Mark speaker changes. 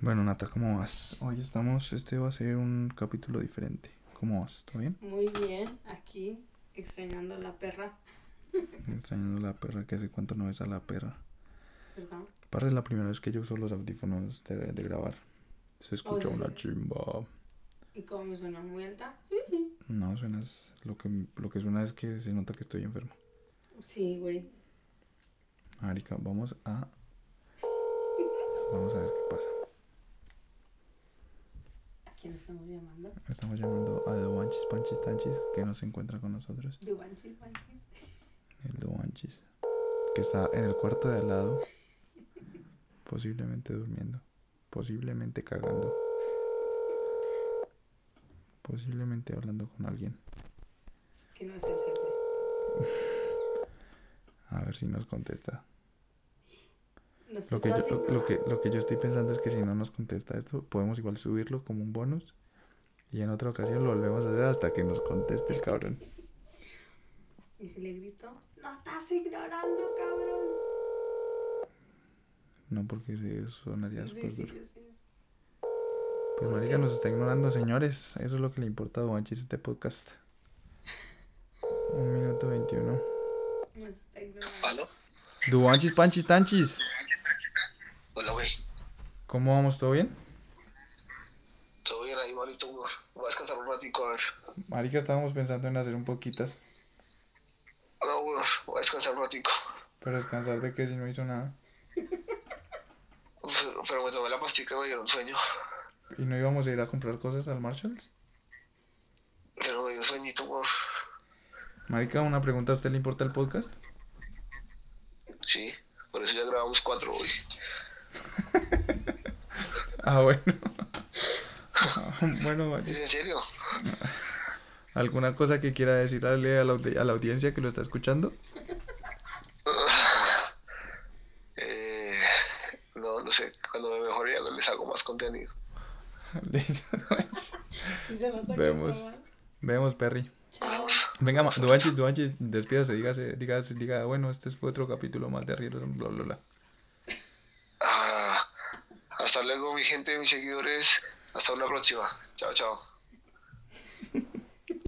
Speaker 1: Bueno, Nata, ¿cómo vas? Hoy estamos, este va a ser un capítulo diferente. ¿Cómo vas? ¿Todo bien?
Speaker 2: Muy bien, aquí extrañando a la perra,
Speaker 1: Extrañando la perra, que hace cuánto no ves a la perra.
Speaker 2: ¿verdad?
Speaker 1: Aparte es la primera vez que yo uso los audífonos de, de grabar. Se escucha
Speaker 2: sí.
Speaker 1: una chimba.
Speaker 2: Y como me suena muy alta.
Speaker 1: No, suenas, lo que, lo que suena es que se nota que estoy enfermo.
Speaker 2: Sí, güey.
Speaker 1: Marica, vamos a... Vamos a ver qué pasa.
Speaker 2: ¿A quién estamos llamando?
Speaker 1: Estamos llamando a Dobanchis Panchis Tanchis, que no se encuentra con nosotros.
Speaker 2: Dubanchis, banchis.
Speaker 1: El Dobanchis. Que está en el cuarto de al lado. Posiblemente durmiendo. Posiblemente cagando. Posiblemente hablando con alguien.
Speaker 2: Que no es el jefe.
Speaker 1: A ver si nos contesta.
Speaker 2: Nos
Speaker 1: Lo que,
Speaker 2: está
Speaker 1: yo,
Speaker 2: haciendo-
Speaker 1: lo- lo que, lo que yo estoy pensando es que si no nos contesta esto, podemos igual subirlo como un bonus. Y en otra ocasión lo volvemos a hacer hasta que nos conteste el cabrón.
Speaker 2: Y si le grito, ¡No estás ignorando, cabrón!
Speaker 1: No porque se sonaría
Speaker 2: Sí,
Speaker 1: súper
Speaker 2: sí,
Speaker 1: duro.
Speaker 2: yo sé.
Speaker 1: Pues marica nos está ignorando, señores. Eso es lo que le importa a Duanchis este podcast. Un minuto 21.
Speaker 2: Nos está ignorando.
Speaker 3: ¿Aló?
Speaker 1: Duanchis, panchis, tanchis.
Speaker 3: Hola, güey.
Speaker 1: ¿Cómo vamos? ¿Todo bien?
Speaker 3: Todo bien ahí, malito, güey. Voy a descansar un ratico, a ver.
Speaker 1: Marica, estábamos pensando en hacer un poquitas.
Speaker 3: No, güey, voy a descansar un ratico.
Speaker 1: Pero descansar de que si no hizo nada.
Speaker 3: Pero- Pero me tomé la pastica y me dieron sueño.
Speaker 1: ¿Y no íbamos a ir a comprar cosas al Marshalls?
Speaker 3: Pero me dio sueñito, güey.
Speaker 1: Marica, una pregunta. ¿A usted le importa el podcast?
Speaker 3: Sí, por eso ya grabamos cuatro, güey.
Speaker 1: Ah, bueno. bueno, vale.
Speaker 3: ¿Es en serio?
Speaker 1: ¿Alguna cosa que quiera decirle a la, audi- a la audiencia que lo está escuchando?
Speaker 3: Eh, no, no sé. Cuando me mejore ya les hago más contenido.
Speaker 1: Listo.
Speaker 2: Sí, se nota que
Speaker 1: Vemos.
Speaker 2: está mal.
Speaker 1: Vemos, Perry.
Speaker 2: Chao.
Speaker 1: Venga, ma- Duanchis, Duanchis, despídase, dígase, dígase, diga, bueno, este fue otro capítulo más de Arriero, bla, bla, bla.
Speaker 3: Ah, hasta luego, mi gente, mis seguidores. Hasta una próxima. Chao, chao.